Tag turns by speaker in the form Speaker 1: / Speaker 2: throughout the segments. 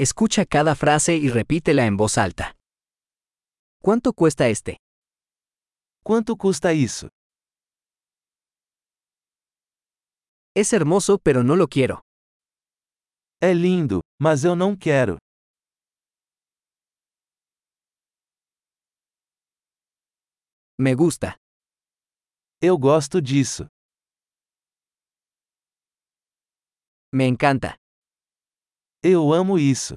Speaker 1: Escucha cada frase y repítela en voz alta. ¿Cuánto cuesta este?
Speaker 2: Quanto custa isso?
Speaker 1: Es hermoso pero no lo quiero.
Speaker 2: É lindo, mas eu não quero.
Speaker 1: Me gusta.
Speaker 2: Eu gosto disso.
Speaker 1: Me encanta.
Speaker 2: Eu amo isso.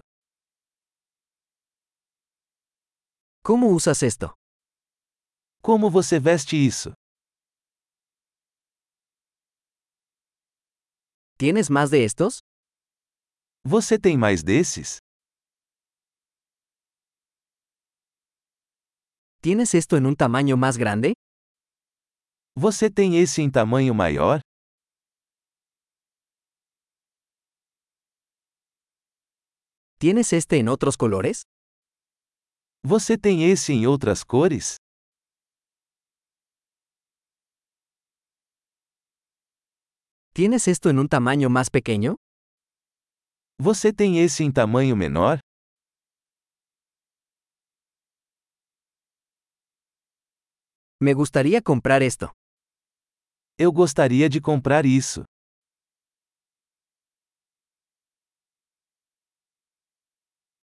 Speaker 1: ¿Cómo usas esto?
Speaker 2: Como você veste isso?
Speaker 1: ¿Tienes más de estos?
Speaker 2: Você tem mais desses?
Speaker 1: ¿Tienes esto en un tamaño más grande?
Speaker 2: Você tem esse em tamanho maior?
Speaker 1: ¿Tienes este en otros colores?
Speaker 2: Você tem esse em outras cores?
Speaker 1: ¿Tienes esto en un tamaño más pequeño?
Speaker 2: Você tem esse em tamanho menor?
Speaker 1: Me gustaría comprar esto.
Speaker 2: Eu gostaria de comprar isso.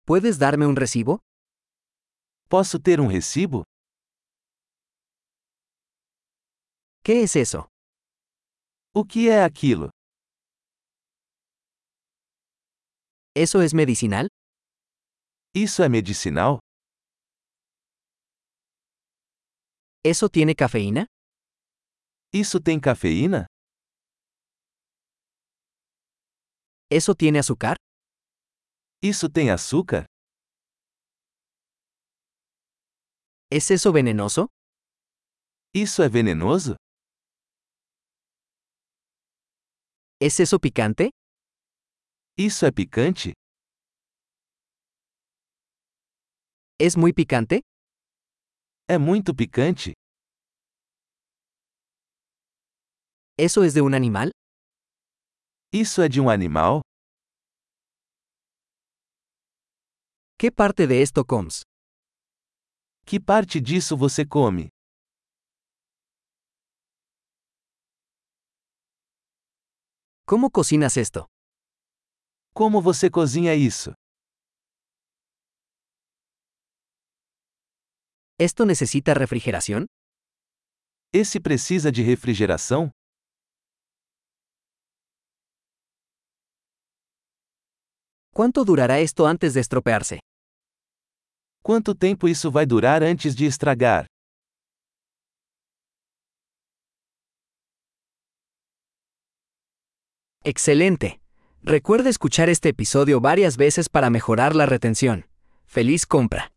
Speaker 1: ¿Puedes darme un recibo?
Speaker 2: Posso ter um recibo?
Speaker 1: ¿Qué es eso?
Speaker 2: O que é aquilo?
Speaker 1: ¿Eso es medicinal?
Speaker 2: Isso é medicinal?
Speaker 1: ¿Eso tiene cafeína?
Speaker 2: Isso tem cafeína?
Speaker 1: ¿Eso tiene azúcar?
Speaker 2: Isso tem açúcar?
Speaker 1: ¿Es eso venenoso?
Speaker 2: Isso é venenoso?
Speaker 1: ¿Es eso picante?
Speaker 2: Isso é picante?
Speaker 1: ¿Es muy picante?
Speaker 2: É muito picante?
Speaker 1: ¿Eso es de un animal?
Speaker 2: Isso é de um animal?
Speaker 1: ¿Qué parte de esto comes?
Speaker 2: Que parte disso você come?
Speaker 1: ¿Cómo cocinas esto?
Speaker 2: Como você cozinha isso?
Speaker 1: ¿Esto necesita refrigeración?
Speaker 2: Esse precisa de refrigeração?
Speaker 1: ¿Cuánto durará esto antes de estropearse?
Speaker 2: Quanto tempo isso vai durar antes de estragar?
Speaker 1: Excelente. Recuerda escuchar este episodio varias veces para mejorar la retención. ¡Feliz compra!